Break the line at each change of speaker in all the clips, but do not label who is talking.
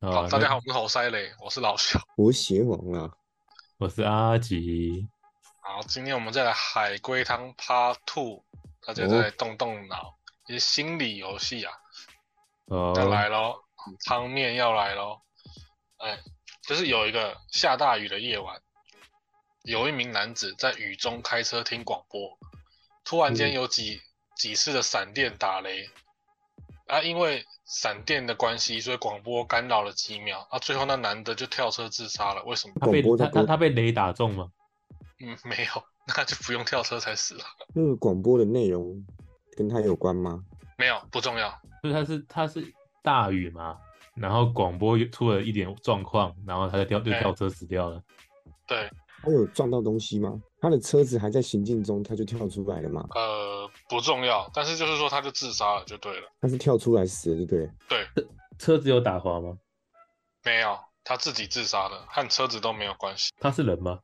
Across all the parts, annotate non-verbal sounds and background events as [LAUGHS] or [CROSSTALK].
啊
大家好，我们好塞雷，我是老肖。
我邪王啊，
我是阿吉。
好，今天我们再来海龟汤 Part Two，大家再来动动脑，一些心理游戏啊，
哦，
再来喽，汤面要来喽。哎，就是有一个下大雨的夜晚，有一名男子在雨中开车听广播，突然间
嗯
有几、几次的闪电打雷，啊，因为闪电的关系，所以广播干扰了几秒，啊，最后那男的就跳车自杀了。为什么？
他被
广播
他
的
他
播
他被雷打中吗？
[LAUGHS] 嗯，没有，那就不用跳车才死了。
那个广播的内容跟他有关吗？
没有，不重要。
就是他是他是大雨嘛，然后广播有出了一点状况，然后他就跳就
哎
跳车死掉了。
对，
他有撞到东西吗？他的车子还在行进中，他就跳出来了吗？
呃，不重要。但是就是说，他就自杀了，就对了。
他是跳出来死的，对不对？
车子有打滑吗？
没有，他自己自杀的，和车子都没有关
[LAUGHS]
系。
他是人吗？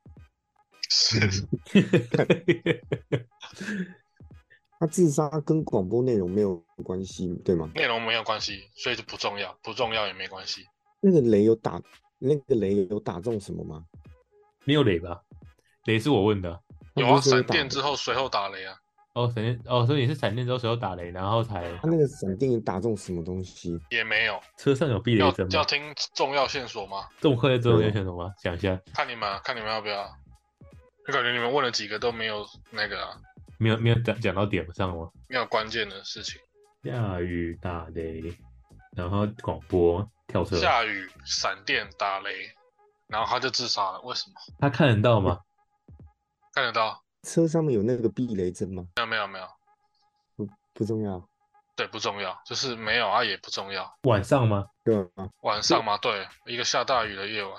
[LAUGHS]
是，
他自杀跟广播内容没有关系，对吗？
内容没有关系，所以就不重要，不重要也没关系。
那个雷有打，那个雷有打中什么吗？
没有雷吧？雷是我问的。
他
有
不
啊，
是说
闪
打
电
的
之后随后打雷啊，
哦，闪电哦，所以你是闪电之后时候打雷，然后才
他那个闪电打中什么东西？
也没有。
车上有避雷
要
针
要
吗？
听重要线索吗？
这种科学这种有选什么？想一下，
看你们、啊，看你们要不要。就感觉你们问了几个都没有那个啊，
没有没有讲讲到点上吗？
没有关键的事情。
下雨打雷，然后广播跳车，
下雨、闪电、打雷，然后他就自杀了，为什么？
他看得到吗？
看得到？
车上面有那个避雷针吗？
没有没有没有，
不重要，
对，不重要，就是没有啊，也不重要。
晚上吗？
对吗？
晚上嘛，对，一个下大雨的夜晚，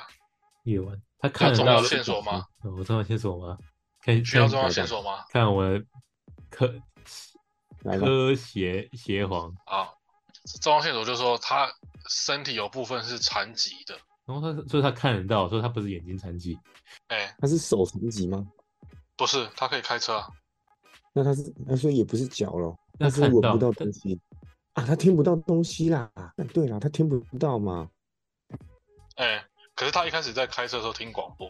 夜晚，他看得
重
到
要线索吗？
嗯我重要线索吗？看
需要
看
重要
一下
线索吗？
看我的科
来吧，
科学邪皇，
啊，重要线索就是说他身体有部分是残疾的，
然后他所以他看得到，所以他不是眼睛残疾，
哎，
他是手残疾吗？
不是，他可以开车啊，
那他是，那所以也不是脚咯，
那
他是
看
闻
到
不到
他
东西啊，他听不到东西啦。那对啦，他听不到嘛。
哎，可是他一开始在开车的时候听广播，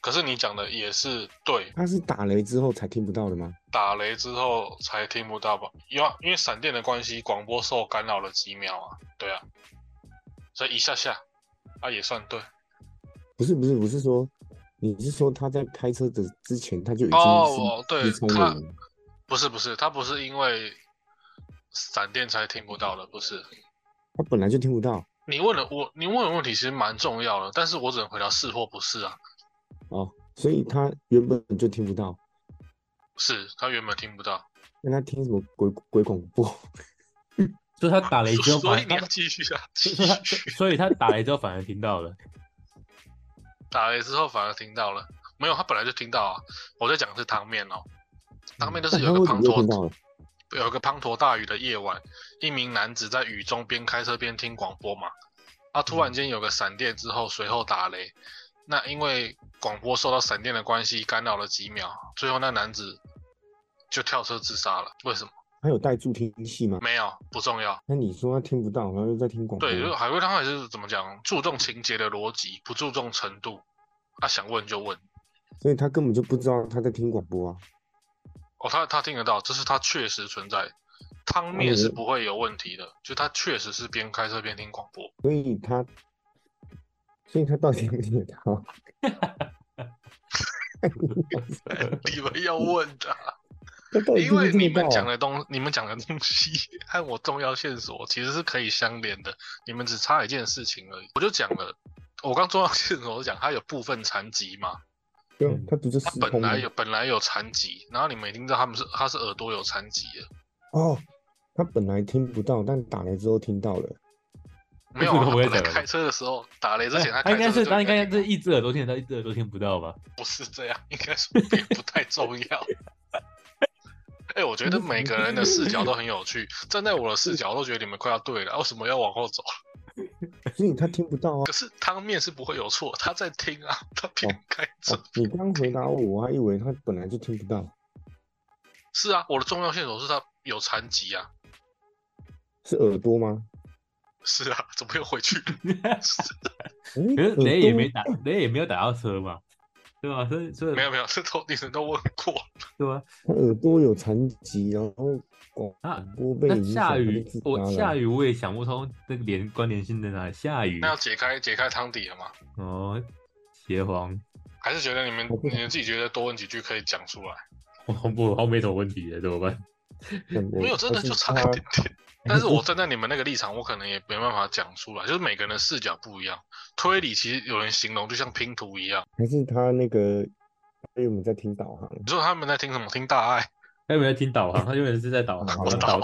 可是你讲的也是对，
他是打雷之后才听不到的吗？
打雷之后才听不到吧？因为因为闪电的关系，广播受干扰了几秒啊，对啊，所以一下下，啊也算对。
不是不是不是说，你是说他在开车的之前他就已经
哦，我
是
对
直冲
他
人了
不是不是，他不是因为闪电才听不到的，不是。
他本来就听不到
你问的我，你问的问题其实蛮重要的，但是我只能回答是或不是啊。
哦，所以他原本就听不到。
是他原本听不到，
那他听什么鬼鬼广播？
所以他打雷之后
所
反
以你
而
要继续啊，
所
[LAUGHS]
继
以所以他
续。
所以他打雷之后反而听到
[LAUGHS]
了，
打雷之后反而听到了，没有，他本来就听到啊。我在讲的是汤面哦，汤面就是
那
有一
他
个
为什
滂
么又听
沱
到了？
有个滂沱大雨的夜晚，一名男子在雨中边开车边听广播嘛。啊，突然间有个闪电之后，随后打雷。那因为广播受到闪电的关系，干扰了几秒，最后那男子就跳车自杀了。为什么？
他有带助听器吗？
没有，不重要。
那你说他听不到，然后又在听广播，
对，就是海龟汤还是怎么讲，注重情节的逻辑，不注重程度。啊，想问就问。
所以他根本就不知道他在听广播啊。
哦，他他听得到，这是他确实存在。汤
那
面
你
是不会有问题的，就他确实是边开车边听广播。
所以他，所以他到底有没有听得到？
你们要问的，啊
他到底
因
听不
为你
听得
们
到
讲
啊？
的东，你们讲的东西和我重要线索其实是可以相连的，你们只差一件事情而已。我就讲了，我刚重要线索我讲他有部分残疾嘛，
对
嗯
啊，他不就
他
失
本
聪吗
来？有本来有残疾，然后你们已经知道他们是他是耳朵有残疾了，
哦，他本来听不到，但打来之后听到了。
没有
这
啊，
个
他
[LAUGHS] 我也
本来
讲了哎
开车的时候打雷之前，
他
开
应该
车
是
的时候
他应该
就
是一只耳朵听得到，一只耳朵听不到吧？
不是这样，应该说也不太重要。 [LAUGHS] 哎、我觉得每个人的视角都很有趣。站在我的视角，我都觉得你们快要对了，为什么要往后走？
所以他听不
[LAUGHS]
到啊！
可是汤面是不会有错，他在听啊，他边开车。
哦、你刚回答我，我还以为他本来就听不到，
是啊，我的重要线索是他有残疾啊，
是耳朵吗？
是啊，怎么又回
[LAUGHS]
去了？
哎
可是
耳
雷也
朵
没打，雷也没有打到车嘛，对吧？所以所以
没有没有，这都你们都问过，
对吧？
他耳朵有残疾，然后广
啊
播被
那
影响，
下
他就
雨
自，杀
我
了
下雨我也想不通那个连关联性在哪里。下雨
那要解开解开汤底了吗？
哦，邪皇，
还是觉得你们
我不
你们自己觉得多问几句可以讲出来？
我我我没什么问题的，怎么办？
但我
没有，真的
但是
就差
他
一点
[LAUGHS]
点。但是我站在你们那个立场，我可能也没办法讲出来，就是每个人的视角不一样。推理其实有人形容就像拼图一样，
还是他那个，因为我们在听导航，
你说他们在听什么？听大爱，
[LAUGHS] 他有没有听导航？他永远是在导航，然
我
后
大
导，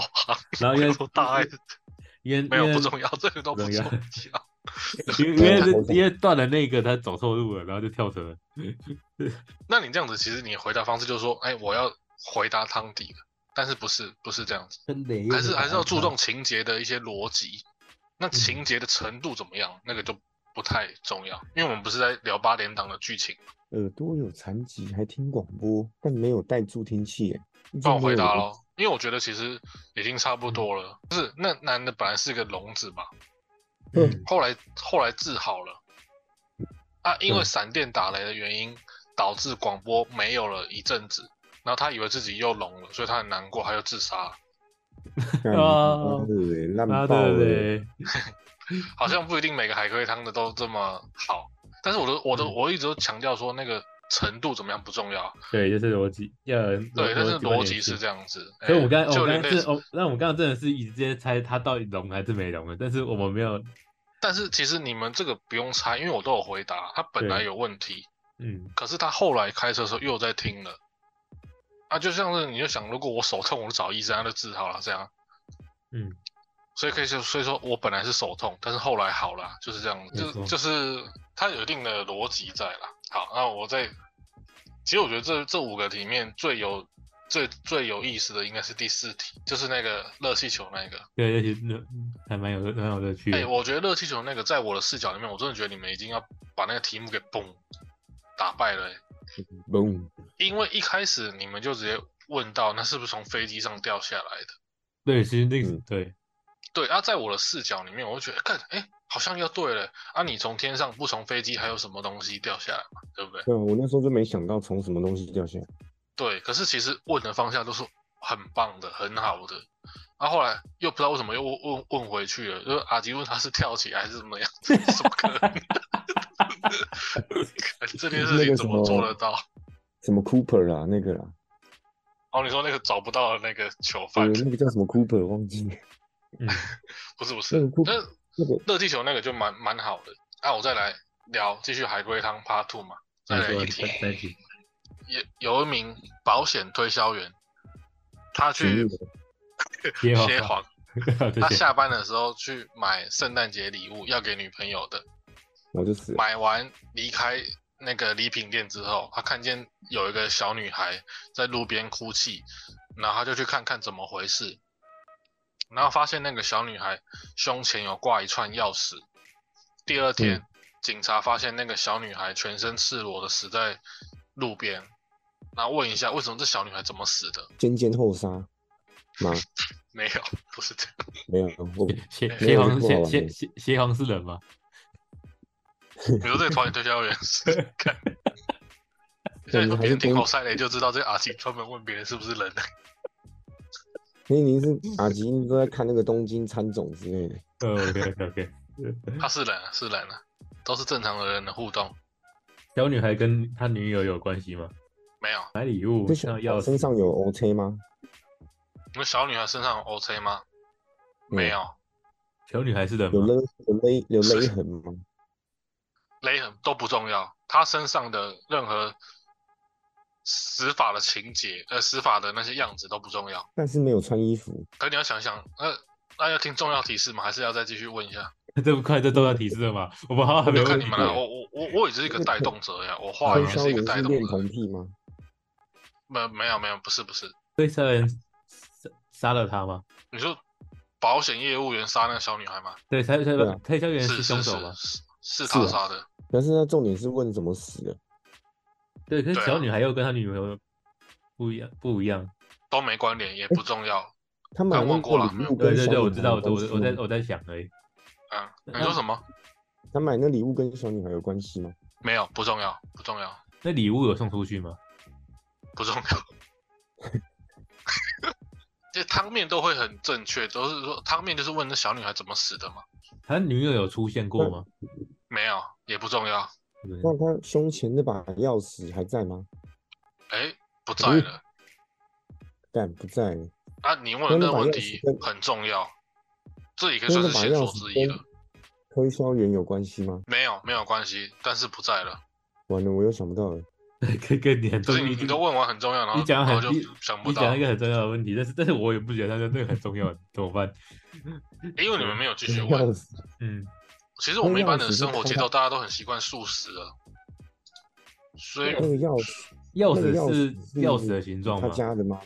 然后
[LAUGHS]
因为
说大爱
因为
没有
因为
不重要，这个都不
不
重
重要
[LAUGHS]
要。
因为因为
[LAUGHS]
是因为断了那个，他走错路了，然后就跳车了。
那你这样子，其实你回答方式就是说，哎，我要回答汤底了，但是不是不是这样子，还是还是要注重情节的一些逻辑。那情节的程度怎么样，那个就不太重要，因为我们不是在聊八连档的剧情。
耳朵有残疾还听广播，但没有带助听器耶。
帮我
这
回
没有
答咯，因为我觉得其实已经差不多了。就是那男的本来是个聋子嘛，
[LAUGHS] 嗯
后来后来治好了。啊，因为
嗯
闪电打雷的原因，导致广播没有了一阵子，然后他以为自己又聋了，所以他很难过，他就自杀了。
干
啊
妈的嘞，烂
妈
爆
的
了！
嘞！
好像不一定每个海龟汤的都这么好，但是我都我都
嗯
我一直都强调说那个程度怎么样不重要，
对，就是逻辑要有逻
对，但是逻辑
是
是这样子。
所以我
哎
们刚才，
就
我
有
们
点
刚
类
才
似
是，哦，那我们刚刚真的是一直接猜他到底聋还是没聋的，但是我们没有，
但是其实你们这个不用猜，因为我都有回答，他本来有问题，
嗯，
可是他后来开车的时候又在听了。啊，就像是你就想，如果我手痛，我就找医生，他就治好了，这样。
嗯，
所以可以说，所以说我本来是手痛，但是后来好了，就是这样，
没
就
错
就是它有一定的逻辑在啦。好，那我再，其实我觉得这这五个里面最有最最有意思的应该是第四题，就是那个热气球那个。
对，而且那嗯还蛮有蛮有乐趣
哎、
的。
我觉得热气球那个，在我的视角里面，我真的觉得你们已经要把那个题目给嘣打败了、欸
嘣，
因为一开始你们就直接问到那是不是从飞机上掉下来的。
对，其实那个
嗯
对，
对啊，在我的视角里面，我就觉得，看，哎，好像要对了啊！你从天上不从飞机，还有什么东西掉下来嘛？对不对？
对啊，我那时候就没想到从什么东西掉下来。
对，可是其实问的方向都是很棒的、很好的。啊，后来又不知道为什么又问问问回去了，就是阿吉问他是跳起来还是怎么样， [LAUGHS] 怎么可能？ [LAUGHS] 这件事
那
情怎
个什
么
么
做得到？
什么 Cooper 啦，那个啦，
哦，你说那个找不到的那个囚
呃
犯，，
那个叫什么 Cooper 忘记了，
嗯，
不是不
那
是
个，酷
那
那个
热气球那个就蛮蛮好的。那、我再来聊，继续海龟汤 Part Two 嘛，再
没错
来一，题。
再题，
有有一名保险推销员，他去
职
接 [LAUGHS]
业
好
歇，皇，
对
他下班的时候去买圣诞节礼物要给女朋友的，
我就死了。
买完离开那个礼品店之后，他看见有一个小女孩在路边哭泣，然后他就去看看怎么回事，然后发现那个小女孩胸前有挂一串钥匙。第二
嗯
天，警察发现那个小女孩全身赤裸的死在路边，然后问一下为什么这小女孩怎么死的。
尖尖
[LAUGHS]
后杀吗？
没有，不是这 [LAUGHS] 样。
没有，我
邪
没
邪
有
皇
这
邪
么好
邪
玩
邪邪皇是人吗？
你说这个团员推销员是 [LAUGHS] 看，现在说别人听口塞雷就知道这个阿奇专门问别人是不是人。
所以您
嗯
是阿吉，你都在看那个东京参种之类的。
呃，OK OK OK，
他是人啊，是人啊，都是正常的人的互动，
小女孩跟她女友有关系吗？哦
没有。
买礼物
这
像
小
钥匙
身上有 OK 吗？
那小女孩身上有 OK 吗？没有，
小女孩是人
有
吗？
勒有勒有勒痕吗？
雷痕都不重要。她身上的任何死法的情节，呃，死法的那些样子都不重要。
但是没有穿衣服，
可你要想想，呃，那要听重要提示吗？还是要再继续问一下？
[LAUGHS] 这么快就都要提示了吗？我们好像还没
就
问
看你们了。我我我我也是一个带动者呀，我话
推
语
销
是一个
员
带
是
动
恋
者。
童癖吗？
没没有没有，不是不是，
推销员杀杀了他吗？
你说保险业务员杀那个小女孩吗？
对，推销
对啊
推销员
是
凶
是
手吗
是？是是
是
他
啊
杀的，
但是他重点是问怎么死的，
对，可是
对啊
小女孩又跟她女朋友不一样，不一样。
都没关联，也不重要。
他买
刚问
那
过了
个礼物
对
跟
对
小
对，我
女
知
孩
道，
有
我我
关系
我在
吗？
我在想而已。
嗯，你说什么？
他买那礼物跟小女孩有关系吗？
没有，不重要，不重要，
那礼物有送出去吗？
不重要。 [LAUGHS] 这汤面都会很正确，都是说汤面就是问那小女孩怎么死的嘛？
他女友有出现过吗？
没有，也不重要。
对
那他胸前那把钥匙还在吗？
哎，不在了。
但不在了。
啊，你问的那
那
个
把
问
钥匙
题
跟
很重要，这也可以
那
算
那
是
把
线
钥
索
匙
之一
跟
了。
推销员有关系吗？
没有，没有关系，但是不在了。
完了，我又想不到了。
[LAUGHS] 跟跟你很
就
重
是
要，
你你都问完很重要，然后
你讲
然
很
后就
你
想不
你
到，
讲一个很重要的问题，但是但是我也不觉得那那个很重要，怎么办？
因为你们没有继续问
钥。匙
嗯，
其实我们一般人生活节
那
奏，大家都很习惯素食了，所以
那个钥匙，
钥
那个
匙
钥
是
匙是
钥匙的形状
他
吗？
家的吗？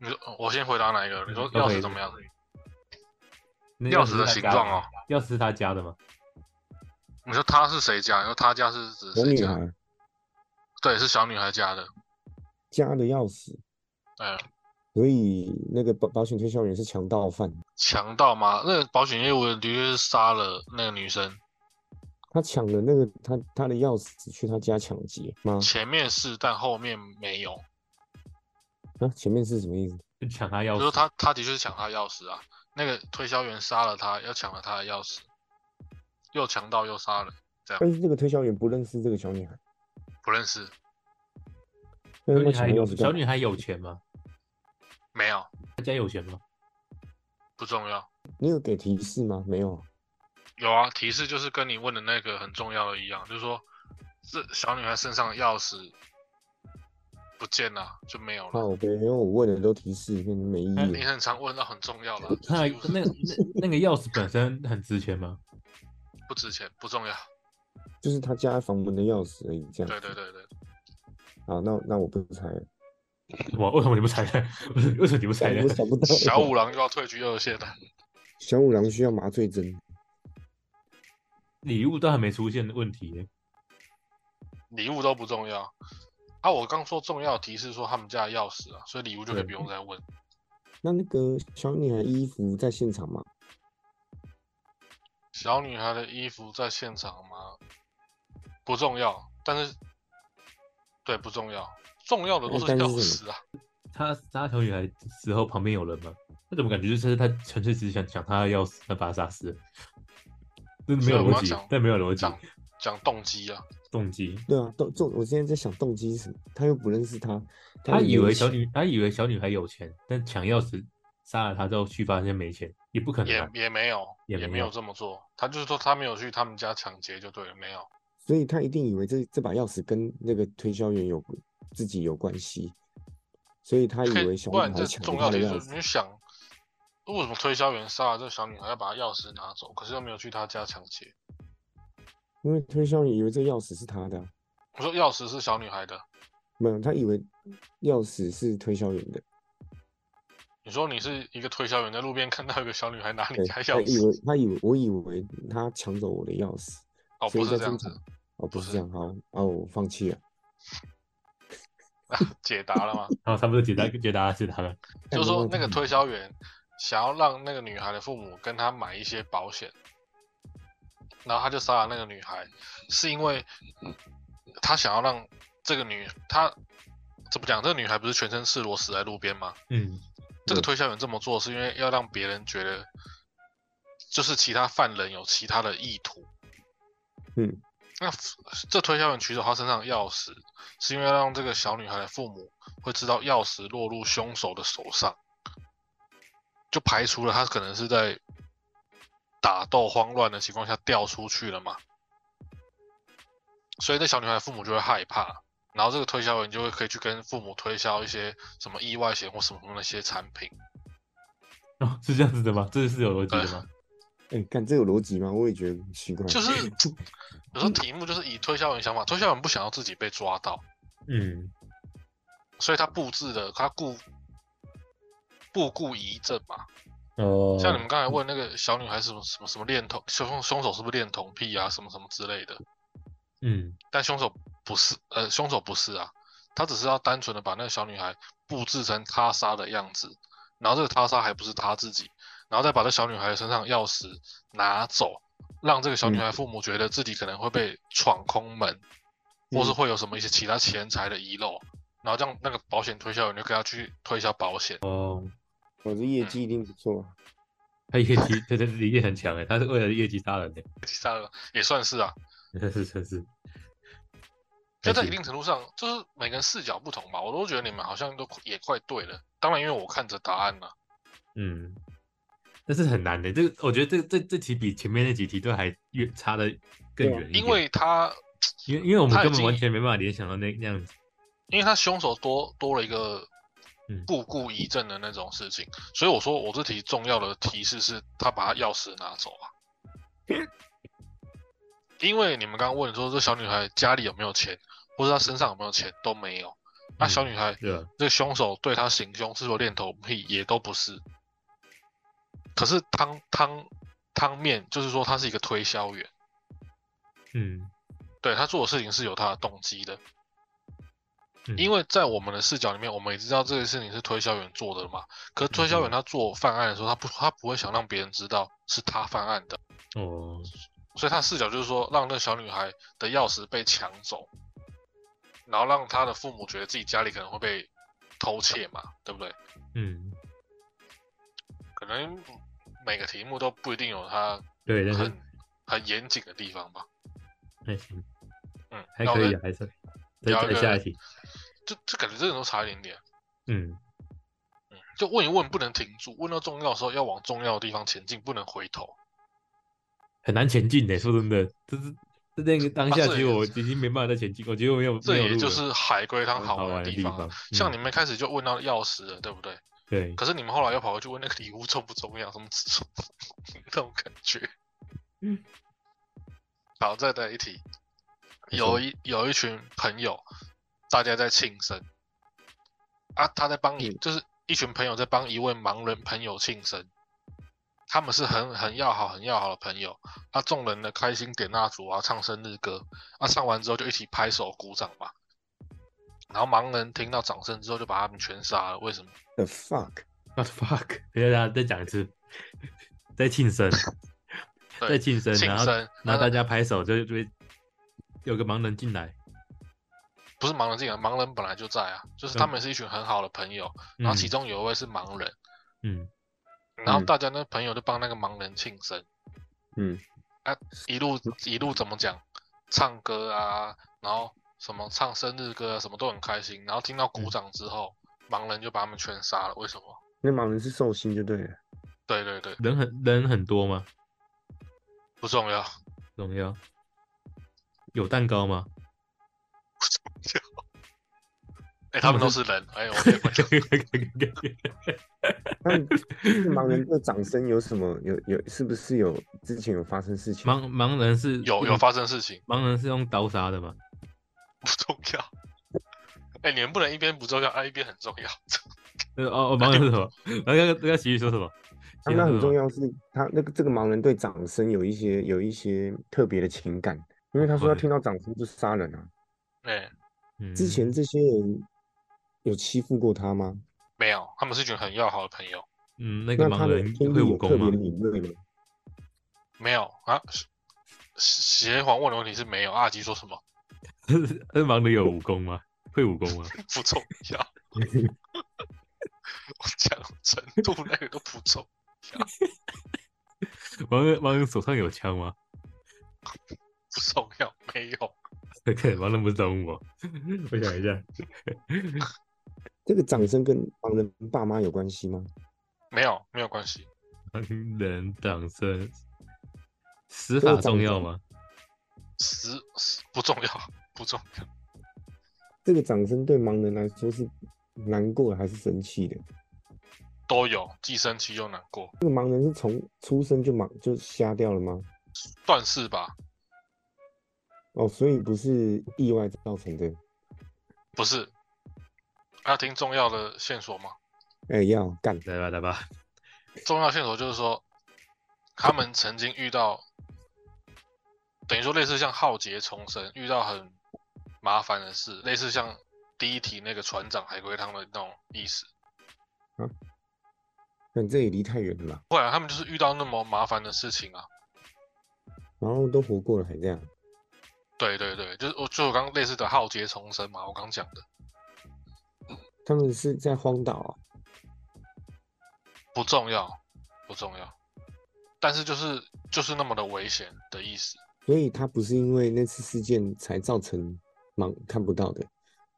你说我先回答哪一个？你说
OK
钥匙怎么样？
那
钥匙的形状哦。
钥匙是他家的吗？
你说他是谁家？你说他家是指
小
谁
女
家？
孩
对，是小女孩家的。
家的钥匙，
哎，
所以那个保保险推销员是强盗犯，
强盗吗？那个保险业务的确是杀了那个女生。
他抢了那个他他的钥匙去他家抢劫
嗯
吗？
前面是，但后面没有。
啊，前面是什么意思？
就抢他
就
钥
是说
匙，
他他的确是抢他钥匙啊，那个推销员杀了他，又抢了他的钥匙，又强盗又杀人，
但哎是这个推销员不认识这个小女孩，
不认识，
小
那他妈
女
抢
孩
了
有
钥匙
小
干嘛？
女孩有钱吗？
没有，
他家有钱吗？
不重要。
你有给提示吗？没有啊，
有啊，提示就是跟你问的那个很重要的一样，就是说这小女孩身上的钥匙不见了，就没有
哦
了。
靠北，因为我问的都提示，变成没意义了。
你很常问到很重要了，
他还
几乎是
那那那个钥匙本身很值钱吗？ [LAUGHS]
不值钱，不重要。
就是他家房门的钥匙而已，
嗯
这样。
对对对对，
[LAUGHS]
好，那那我不猜了，
[LAUGHS]
我为什么你不猜呢？为 [LAUGHS] 什么为什么你不猜呢
我？想不到。
小五郎又要退居二线了。
小五郎需要麻醉针，
礼物都还没出现的问题耶，
礼物都不重要。啊，我刚说重要提示说他们家的钥匙啊，所以礼物就可以不用再问。
那那个小女孩衣服在现场吗？
小女孩的衣服在现场吗？不重要，但是对不重要，重要的都是
但是
钥
什
匙啊。
他杀小女孩的时候旁边有人吗？那怎么感觉就是他纯粹只是想抢她的钥匙，那把她杀死了？这没有
所以我们
逻
要
辑
讲，
但没有
哎
逻辑
讲讲动机啊，
动机。
对啊，动动，我之前在想动机是什么，他又不认识他，
他
又
以
没
为小
钱
女，他以为小女孩有钱，但抢钥匙杀了她之后，去发现没钱，也不可能、
也
啊。
也没有，
也没
也没
有
有这么做。他就是说他没有去他们家抢劫就对了，没有。
所以他一定以为这这把钥匙跟那个推销员有自己有关系，所以他以
可
为小
不
女
然
孩
这
抢
重
了他
要
的
提
钥
示，
匙，
你想为什么推销员杀了这小女孩要把她钥匙拿走，可是又没有去她家抢劫？
因为推销员以为这钥匙是他的啊、
我说钥匙是小女孩的，
没有，他以为钥匙是推销员的，
你说你是一个推销员，在路边看到一个小女孩拿你
对，
家
他
钥
以
匙，
为他以为我以为他抢走我的钥匙，
哦，
所
不
以
是
在
这样
现
子
场，，哦，不
不
是
是
这样，好，哦，我放弃了，
解答了吗？
然后差不多解答
嗯
解答解答了。
就是
干
说
忘记
那个
了
推销员想要让那个女孩的父母跟她买一些保险，然后他就杀了那个女孩，是因为他想要让这个女他怎么讲？这个女孩不是全身赤裸死在路边吗？
嗯，
这个
对
推销员这么做是因为要让别人觉得，就是其他犯人有其他的意图。
嗯，
那这推销员取走她身上的钥匙，是因为要让这个小女孩的父母会知道钥匙落入凶手的手上，就排除了她可能是在打斗慌乱的情况下掉出去了嘛。所以那小女孩的父母就会害怕，然后这个推销员就会可以去跟父母推销一些什么意外险或什么什么那些产品。
哦，是这样子的吗？这是有逻辑的吗？
哎，干这有逻辑吗？我也觉得很奇怪，
就是有时候题目就是以推销员想法，推销员不想要自己被抓到，
嗯，
所以他布置的他故不顾疑症嘛。
哦，
像你们刚才问那个小女孩什么什么什么恋童凶凶手是不是恋童癖啊，什么什么之类的，
嗯，
但凶手不是，呃，凶手不是啊，他只是要单纯的把那个小女孩布置成他杀的样子，然后这个他杀还不是他自己，然后再把这小女孩身上的钥匙拿走，让这个小女
嗯
孩父母觉得自己可能会被闯空门，或是
嗯
会有什么一些其他钱财的遗漏，然后这样那个保险推销员就跟他去推销保险。
哦，
我这
嗯
业绩一定不错。
他业绩他的理念很强哎，他是为了业绩杀人哎，
第三个也算是啊，
真是真是。
就在
了
一
解
定程度上，就是每个人视角不同吧，我都觉得你们好像都也快对了。当然，因为我看着答案啊了、
嗯，但是很难的。欸这个我觉得这这这题比前面那几题都还越差的更
对啊
远一点，
因为他
因为因为我们
他已
根本
经
完全没办法联想到那那样子。
因为他凶手多多了一个
嗯
故故疑症的那种事情，所以我说我这题重要的提示是他把他钥匙拿走啊。因为你们刚刚问说这小女孩家里有没有钱，或者她身上有没有钱都没有，那
嗯
小女孩
对吧？
这个凶手对他行凶是否恋头癖也都不是。可是汤汤汤面就是说他是一个推销员，
嗯，
对他做的事情是有他的动机的，
嗯
因为在我们的视角里面，我们也知道这个事情是推销员做的嘛。可是推销员
嗯
他做犯案的时候，他不他不会想让别人知道是他犯案的，
哦，
所以他视角就是说让那小女孩的钥匙被抢走，然后让他的父母觉得自己家里可能会被偷窃嘛，对不对？
嗯，
可能每个题目都不一定有它
对，但是哎
很很严谨的地方吧。
还行，
嗯，
还
那我
可以
再
啊，还是再
聊一
再
个
下一题。
就就感觉这个都差一点点。嗯
嗯，
就问一问，不能停住，问到重要的时候要往重要的地方前进，不能回头。
很难前进的。说真的，就是在那个当
啊
下，
这
其实
也
我已经没办法再前进，我觉得我没有
这
没有
也
路
就
了
是海龟汤
很
好
玩
玩
的
地方啊。
方。
像
嗯
你们开始就问到钥匙了，对不对？
对，
可是你们后来又跑回去问那个礼物重不重要，什么之重，那种感觉。
嗯。
好，再来一题。
你
有
说
一有一群朋友，大家在庆生啊，他在帮一、
嗯
就是一群朋友在帮一位盲人朋友庆生，他们是很很要好很要好的朋友啊，众人呢开心点蜡烛啊，唱生日歌啊，唱完之后就一起拍手鼓掌嘛。然后盲人听到掌声之后就把他们全杀了，为什么？，
The fuck！
What the fuck？等 [LAUGHS] 一下，再讲一次，在庆生在庆生，
庆
然后
生，
然
那
后大家拍手，就就会有个盲人进来，
不是盲人进来，盲人本来就在啊，就是他
嗯
们是一群很好的朋友，然后其
嗯
中有一位是盲人，
嗯
然后
嗯
大家那朋友就帮那个盲人庆生，
[LAUGHS] 嗯，
一路
嗯
一路怎么讲，唱歌啊，然后什么唱生日歌啊，什么都很开心，然后听到鼓
嗯
掌之后，盲人就把他们全杀了，为什么？
那盲人是寿星就对了。
对对对，
嗯人很人很多吗？
不重要，
重要。有蛋糕吗？ [LAUGHS]
哎、
他
他
们
们都是人，哎、我也不讲
那盲人的掌声有什么？有有是不是有之前有发生事
[LAUGHS]
情？啊
盲盲人是
有
[LAUGHS]
有
用
发生事情，
盲人是用刀杀的吗？
不重要。哎、你们不能一边不重要，啊一边很重要。
呃哦哦，盲人是什么？然后刚刚喜剧说什么？
啊、那很重要是，他那个这个盲人对掌声有一些有一些特别的情感，因为他说
哦
他
对
听到掌声就杀人啊。
哎、
嗯。
之前这些人有欺负过他吗？
没有，他们是一群很要好的朋友，
嗯，那个
那他
盲
的
人
听
会
力
武
有特
功
别
吗？
敏锐吗？
没有啊。是是邪皇问的问题是没有，阿吉说什么？
[LAUGHS] 那盲人有武功吗？会武功吗？
不重要。我讲程度那个都不重，
盲人盲人手上有枪吗？ [LAUGHS]
不重要，没有。
看盲人不是动物哦。我 [LAUGHS] 想一下，
这个掌声跟盲人爸妈有关系吗？
没有，没有关系。
盲人掌声，死
这个
法
掌
重要
声
吗？
十十不重要，不重要。
这个掌声对盲人来说是难过的还是生气的？
都有，既生气又难过，
这个盲人是从出生就盲就瞎掉了吗？
算是吧？
哦，所以不是意外造成的。
不是。要听重要的线索吗？
哎，要干
来吧，来吧。
重要线索就是说，他们曾经遇到，等于说类似像浩劫重生，遇到很麻烦的事，类似像第一题那个船长海龟汤的那种意思。
但这也离太远了吧？
不会啊，他们就是遇到那么麻烦的事情啊。
然后都活过了还这样，
对对对，就是我就我刚类似的浩劫重生嘛，我刚讲的
他们是在荒岛啊、
不重要，不重要，但是就是就是那么的危险的意思，
所以他不是因为那次事件才造成盲看不到的。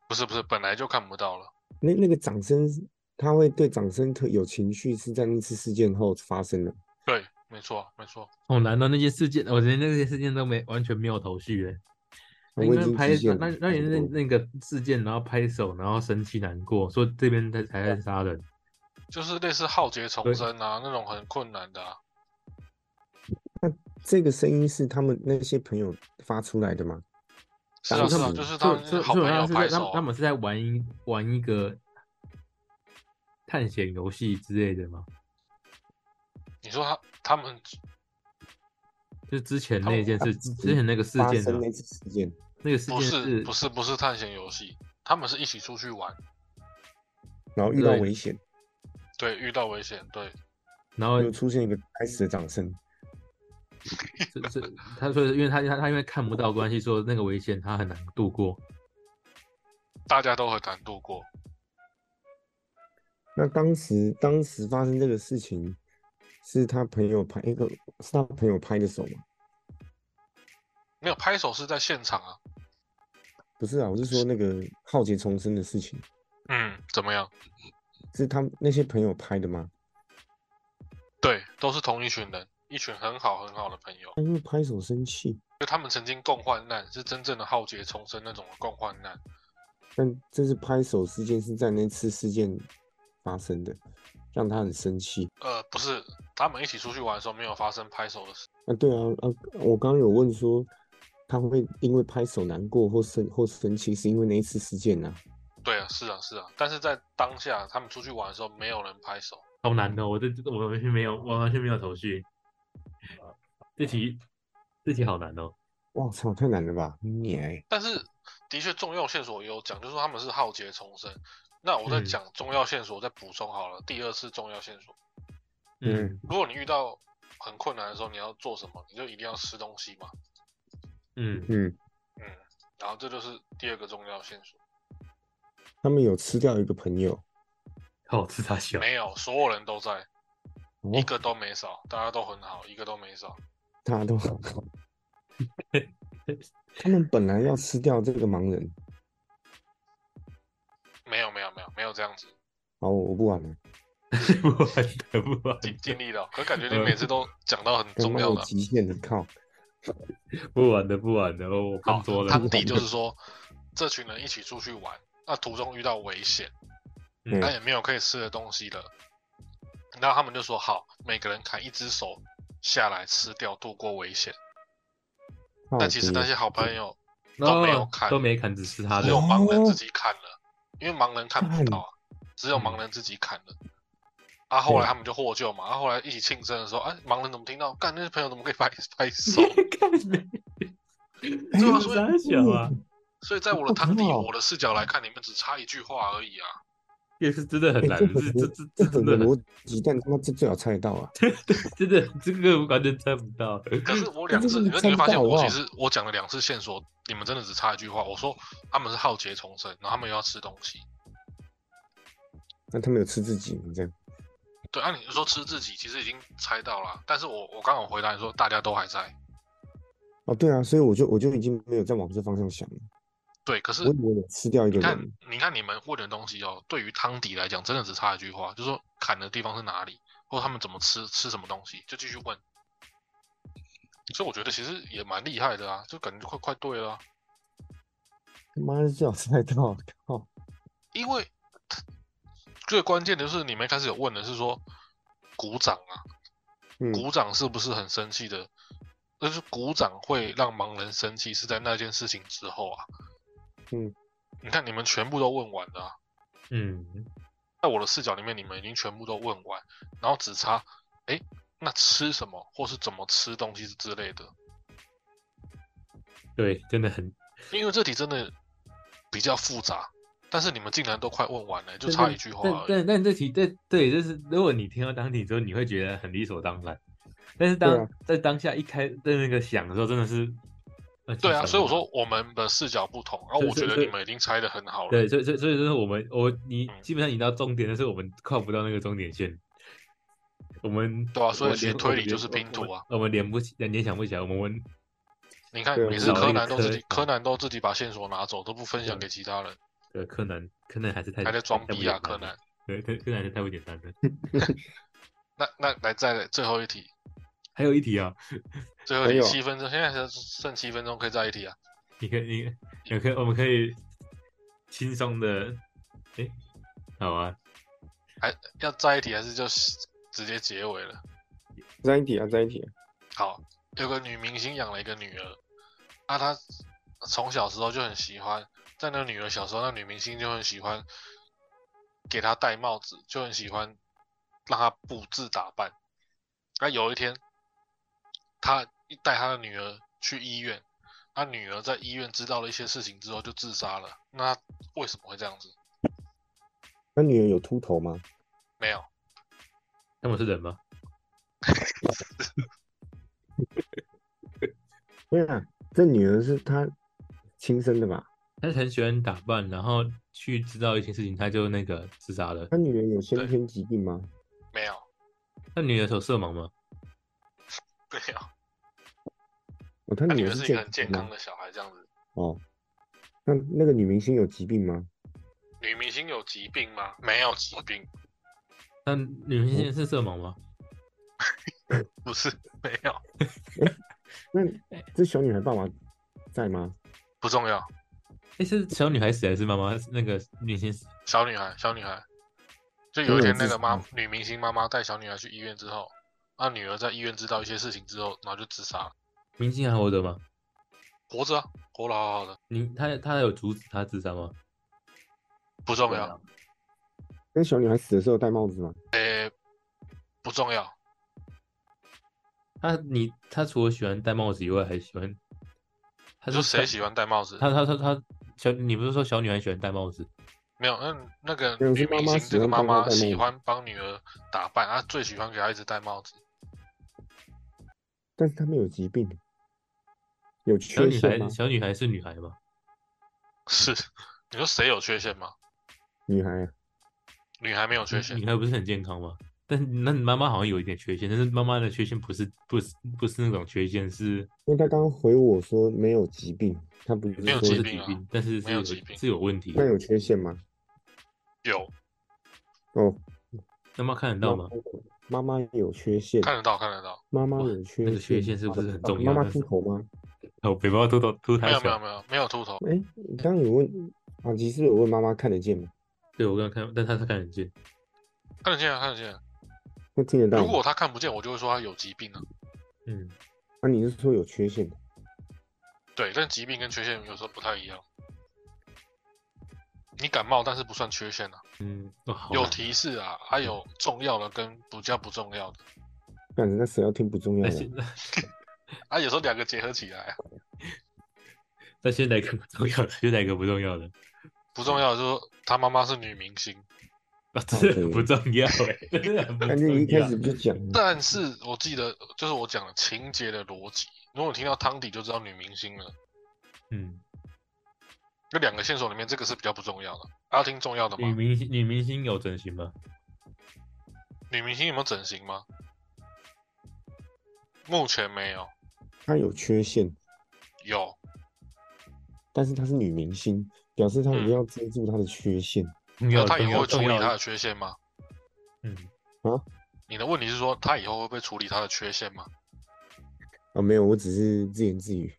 不是不是，本来就看不到了。
那那个掌声，他会对掌声特有情绪，是在那次事件后发生的。
对，没错没错，
好难啊道那些事件，我连那些事件都没完全没有头绪耶。
我
那
已
应该
经
拍
极限
那
了
那
差
人
不
那
多
那个事件，然后拍手，然后生气难过，说这边在才在杀人，
就是类似浩劫重
对
生啊那种很困难的、啊。
这个声音是他们那些朋友发出来的吗？
是
当
啊是啊，
时
就是他
所以
们
所以
好
所以我
朋
刚
友
刚是
拍
在他们
手
他
啊，
们是在玩一玩一个探险游戏之类的吗？
你说他他们
就是之前
他们
那件
他
事，
自己
之前那个事
发
件啊
生
的
那次事件，
那个事
不
件
是不是不是探险游戏，他们是一起出去玩，
然后遇到
对
危险，
对，遇到危险，对，
然后
又出现一个开始的掌声。
这这他说，因为他他他因为看不到关系，说那个危险他很难度过。
大家都很难度过。
那当时当时发生这个事情，是他朋友拍一个，是他朋友拍的手吗？
没有拍手是在现场啊，
不是啊，我是说那个浩劫重生的事情，
嗯，怎么样？
是他们那些朋友拍的吗？
对，都是同一群人，一群很好很好的朋友，
他因为拍手生气，
就他们曾经共患难，是真正的浩劫重生那种的共患难。
但这次拍手事件是在那次事件发生的，让他很生气。
呃，不是，他们一起出去玩的时候没有发生拍手的事，
啊，对啊，啊，我刚刚有问说，他会因为拍手难过或生或生气，是因为那一次事件呢、啊？
对啊，是啊是啊，但是在当下他们出去玩的时候没有人拍手，
好难的，我这我完全没有，我完全没有头绪。
啊
这题这题好难哦，
哇操，太难了吧！你哎，
但是的确重要线索也有讲，就是说他们是浩劫重生。那我再
嗯
讲重要线索，再补充好了。第二次重要线索，
嗯，
如果你遇到很困难的时候，你要做什么？你就一定要吃东西嘛。
嗯，
嗯，
嗯，然后这就是第二个重要线索。
他们有吃掉一个朋友，
好吃大小，
没有，所有人都在，
哦
一，个都没少，大家都很好，一个都没少。[LAUGHS]
大家都很好。他们本来要吃掉这个盲人，
没有，没有，没有，没有这样子，
好，我我不玩了，
[LAUGHS] 不玩的不玩
尽
的
尽力了。哦可感觉你每次都讲到很
他
重
妈
要
有
的。啊
极限的靠，
不玩的不玩的，哦我
好
看多，了。
汤底就是 [LAUGHS] 说，这群人一起出去玩，那途中遇到危险，
嗯
那也没有可以吃的东西了。然后他们就说好，每个人砍一只手下来吃掉，度过危险。
靠
但其实
别
那些好朋友都没有
哦
看
都没砍，只吃他的
只有
哦
盲人自己砍了，因为盲人看不
看
到啊，只有盲人自己砍了。啊，后来他们就获救嘛，啊，后来一起庆生的时候，哎，盲人怎么听到？干，那些朋友怎么可以拍拍手？
[LAUGHS]
[LAUGHS]
看没，
哎
对啊，
[LAUGHS]
所以
傻小啊，
嗯
所以在我的汤底，我的视角来看，你们只差一句话而已啊。
也是真的很
哎
难，
这
这
很
这
多
这这
这很
真
有
的很
逻辑，但他妈这最好猜得到啊！
真的这个完全猜不到。
可
嗯
是我两次，
真的
可是你会发
猜
现，
不到
我
好不好
其实我讲了两次线索，你们真的只差一句话。我说他们是浩劫重生，然后他们又要吃东西。
那他们有吃自己吗？这样，
对，按、理说吃自己，其实已经猜到了，但是我我刚好回答你说大家都还在。
哦，对啊，所以我就我就已经没有再往这方向想了。
对，可是
我以为有吃掉一个
你看
人，，
你看你们问的东西哦，对于汤底来讲，真的只差一句话，就是说砍的地方是哪里，或者他们怎么吃，吃什么东西，就继续问。所以我觉得其实也蛮厉害的啊，就感觉快快对了啊、
他妈的最好猜到，靠！
因为最关键的就是你们一开始有问的是说鼓掌啊，
嗯，
鼓掌是不是很生气的？就是鼓掌会让盲人生气，是在那件事情之后啊。
嗯，
你看你们全部都问完了啊、
嗯，
在我的视角里面，你们已经全部都问完，然后只差，哎，那吃什么或是怎么吃东西之类的。
对，真的很
因为这题真的比较复杂，但是你们竟然都快问完了，就差一句话而已。
但但但这题对对，就是如果你听到当题之后，你会觉得很理所当然。但是
对
当
啊
在当下一开在那个想的时候，真的是呃
对啊，
其实
所以我说我们的视角不同，然后我
是
觉得
是
你们已经猜的很好了。
对，所以所以所以就是我们我你
嗯
基本上已经到终点，但是我们靠不到那个终点线。我们
对啊所以
我们
其实
连
推理
我们
就是
连
拼图啊
我们我们连不起，联想不起来。我们问
你看
对
每
我
次
找了
柯
一个
南都自
科
己，柯南都自己把线索拿走，都不分享给其他人，
呃柯南，柯南还是太
还在装
太不
逼啊，
简单
柯
了
南。
对，柯柯南还是太不简单了。
那那来再来最后一题，
还有一题啊，
最后
还
一
有
题七分钟，现在剩剩七分钟可以再一题啊。
你可以，你可以，我们可以轻松的，哎，好啊，
要再一题还是就直接结尾了？
在一起啊，在一起啊。
好，有个女明星养了一个女儿，啊，她从小时候就很喜欢，在那个女儿小时候，那女明星就很喜欢给她戴帽子，就很喜欢让她布置打扮。那、有一天，她一带她的女儿去医院，她女儿在医院知道了一些事情之后就自杀了。那她为什么会这样子？
那女儿有秃头吗？
没有，
他们是人吗？
对啊，这女儿是她亲生的吧？
他是很喜欢打扮，然后去知道一些事情，他就那个自杀了
她。女儿有
对
先天疾病吗？
没有，
那女的手色盲吗？
没有。
哦，她
啊她
女
女
儿
儿
是
是一个很健
健
康
的
的小孩，这样子。
哦。那那个女明星有疾病吗？
女明星有疾病吗？没有疾病，
那女明星是色盲吗？
不是，没有，
那这小女孩爸爸在吗？
不重要。
哎，是小女孩死还是妈妈那个女星死？
小女孩，小女孩，就
真
有一
的
天那
有自嗯
个
杀
妈
吗
女明星妈妈带小女儿去医院之后，那女儿在医院知道一些事情之后，然后就自杀了，
明星还活着吗？
活着、啊，活得好好的，
你他他有阻止他自杀吗？
不重
啊
要，
那小女孩死的时候戴帽子吗？
不重要，
他你他除了喜欢戴帽子以外，还喜欢他
你说谁
喜？
喜欢戴帽子？
他他他他小你不是说小女孩喜欢戴帽子？
没有，嗯，那个
没有
女
是妈
明
妈
星
喜
这个
欢
妈
帮
妈
她戴帽
喜
子
欢帮女儿打扮，她最喜欢给她一直戴帽子，
但是她没有疾病，有
小
缺
女
陷吗
孩？小女孩是女孩吗？
是，你说谁有缺陷吗？
女孩啊，
女孩没有缺陷
嗯
女，孩不是很健康吗？但是那你妈妈好像有一点缺陷，但是妈妈的缺陷不是不是不是那种缺陷，是
因为她刚刚回我说没有疾病，她不是
没有
说
疾
是
病
疾
啊
病，但是是
没有疾病
是有问题。
那有缺陷吗？
有
哦，
妈妈看得
妈
到吗？
妈妈有缺陷，
看得到看得到，
妈妈
哇
有缺
那个缺陷
陷
是不是很
啊
重要
妈
那
妈秃
是
头吗？
哦，北包秃头秃
没
太
有没有
小。
没有没有秃头，
哎，你刚刚有问啊，其实有问妈妈看得见吗？
对我刚刚看，但他是看得见。
看得见啊看得见啊。
那听得到
如
吗？
果她看不见，我就会说她有疾病啊。
嗯，
啊，你是说有缺陷的？
对，但疾病跟缺陷有时候不太一样。你感冒，但是不算缺陷啊，
哦，好
有
难
提示啊，还有重要的跟比较不重要的
感觉那谁要听不重要
那
的
现
啊。
在
啊，有时候两个结合起来啊、
那现在一个不重要的，现在一个不重要的，
不重要的就是说他妈妈是女明星，
啊，真的很不重要哎，真的很不
感觉你一
重
开
要
始。就讲
嗯
了，
但是我记得就是我讲的情节的逻辑，如果你听到汤底就知道女明星了。
嗯，
这两个线索里面，这个是比较不重要的。啊要听重要的
女
吗？
明星女明星有整形吗？
女明星有没有整形吗？目前没有，
她有缺陷，
有
但是她是女明星，表示她一定
嗯
要遮住她的缺陷。
那
有，
她以后会处
重
理
要
她的缺陷吗？
嗯，
你的问题是说她以后会不会处理她的缺陷吗？
啊，没有，我只是自言自语。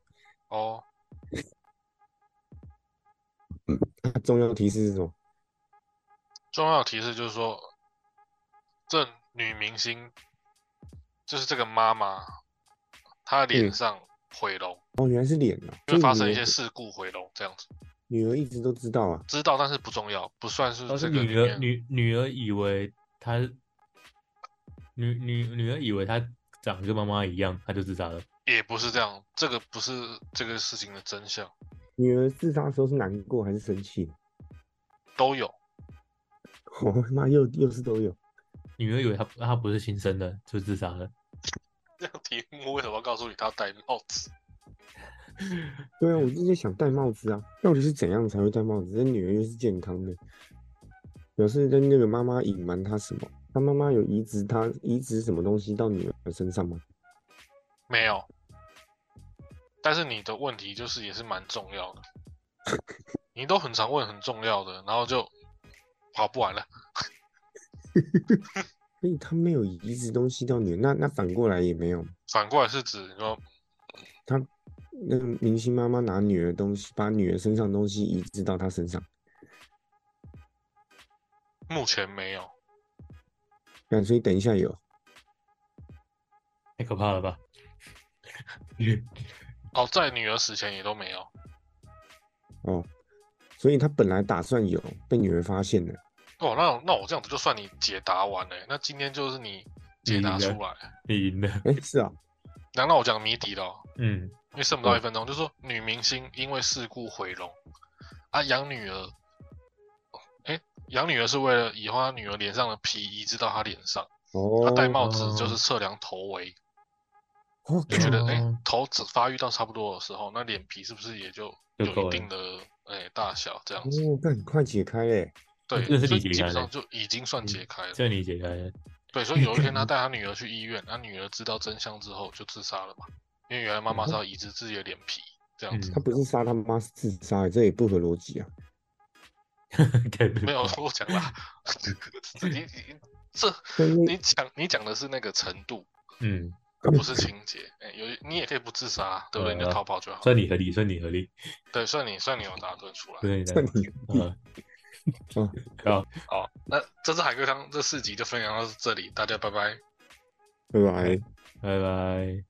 哦，
啊重要提示是什么？
重要的提示就是说，这女明星就是这个妈妈，她的脸
嗯
上毁容，
哦，原来是脸啊，
因为发生一
所
些
以
事故毁容这样子，
女儿女儿一直都知道啊，
知道但是不重要，不算是
但是
这个里
女儿
面。
女女儿以为她女女女儿以为她长得跟妈妈一样，她就自杀了。
也不是这样，这个不是这个事情的真相。
[LAUGHS] 女儿自杀的时候是难过还是生气？
都有。 [LAUGHS]
我哦妈又又是都有，
女儿以为他他不是亲生的，就自杀了。
这样题目为什么要告诉你他戴帽子？
对啊，我就在想戴帽子啊，到底是怎样才会戴帽子？这女儿又是健康的，表示跟那个妈妈隐瞒她什么？她妈妈有移植她移植什么东西到女儿身上吗？
没有。但是你的问题就是也是蛮重要的，你都很常问很重要的，然后就跑不完了。
所以她没有移植东西到女儿，那那反过来也没有。
反过来是指你说
那个明星妈妈拿女儿东西，把女儿身上的东西移植到她身上，
目前没有，
那所以等一下有，
太可怕了吧！ [LAUGHS]
哦，在女儿死前也都没有。
哦，所以他本来打算有，被女儿发现了。
哦，那那我这样子就算你解答完了，欸那今天就是你解答出
你赢
来。
你赢了，
哎，是啊，
难道我讲谜底了哦？
嗯，
因为剩不到
嗯
一分钟，就说女明星因为事故毁容，啊，养女儿，哎，养女儿是为了以后她女儿脸上的皮移植到她脸上，她
哦，
戴帽子就是测量头围，
哦，
就觉得
哦
哎、诶头只发育到差不多的时候，那脸皮是不是也就
就
有
够了
一定的哎、大小这样子？
哦，干，快解开欸嘞！
对，
这是
所以
理解嗯
基本
开的
上就已经算解开了。
这你解开了。 [LAUGHS]
对，所以有一天她带她女儿去医院，她女儿知道真相之后就自杀了嘛，因为原来妈
哦
妈是要移植自己的脸皮这样子。
嗯
他不是杀他妈，是自杀欸，这也不合逻辑啊！
没
没
有，我讲啦，这你你这
但那
你讲你讲的是那个程度，
嗯，
不是情节。哎、有你也可以不自杀，啊对不对？你就逃跑就好。
啊算你合理，算你合理，
对，算你算你有答对出来
不。是你在
[LAUGHS] 算你
啊，
哦，那这次海
哎
龟汤这四集就分享到这里，大家拜拜。
拜拜。
拜拜。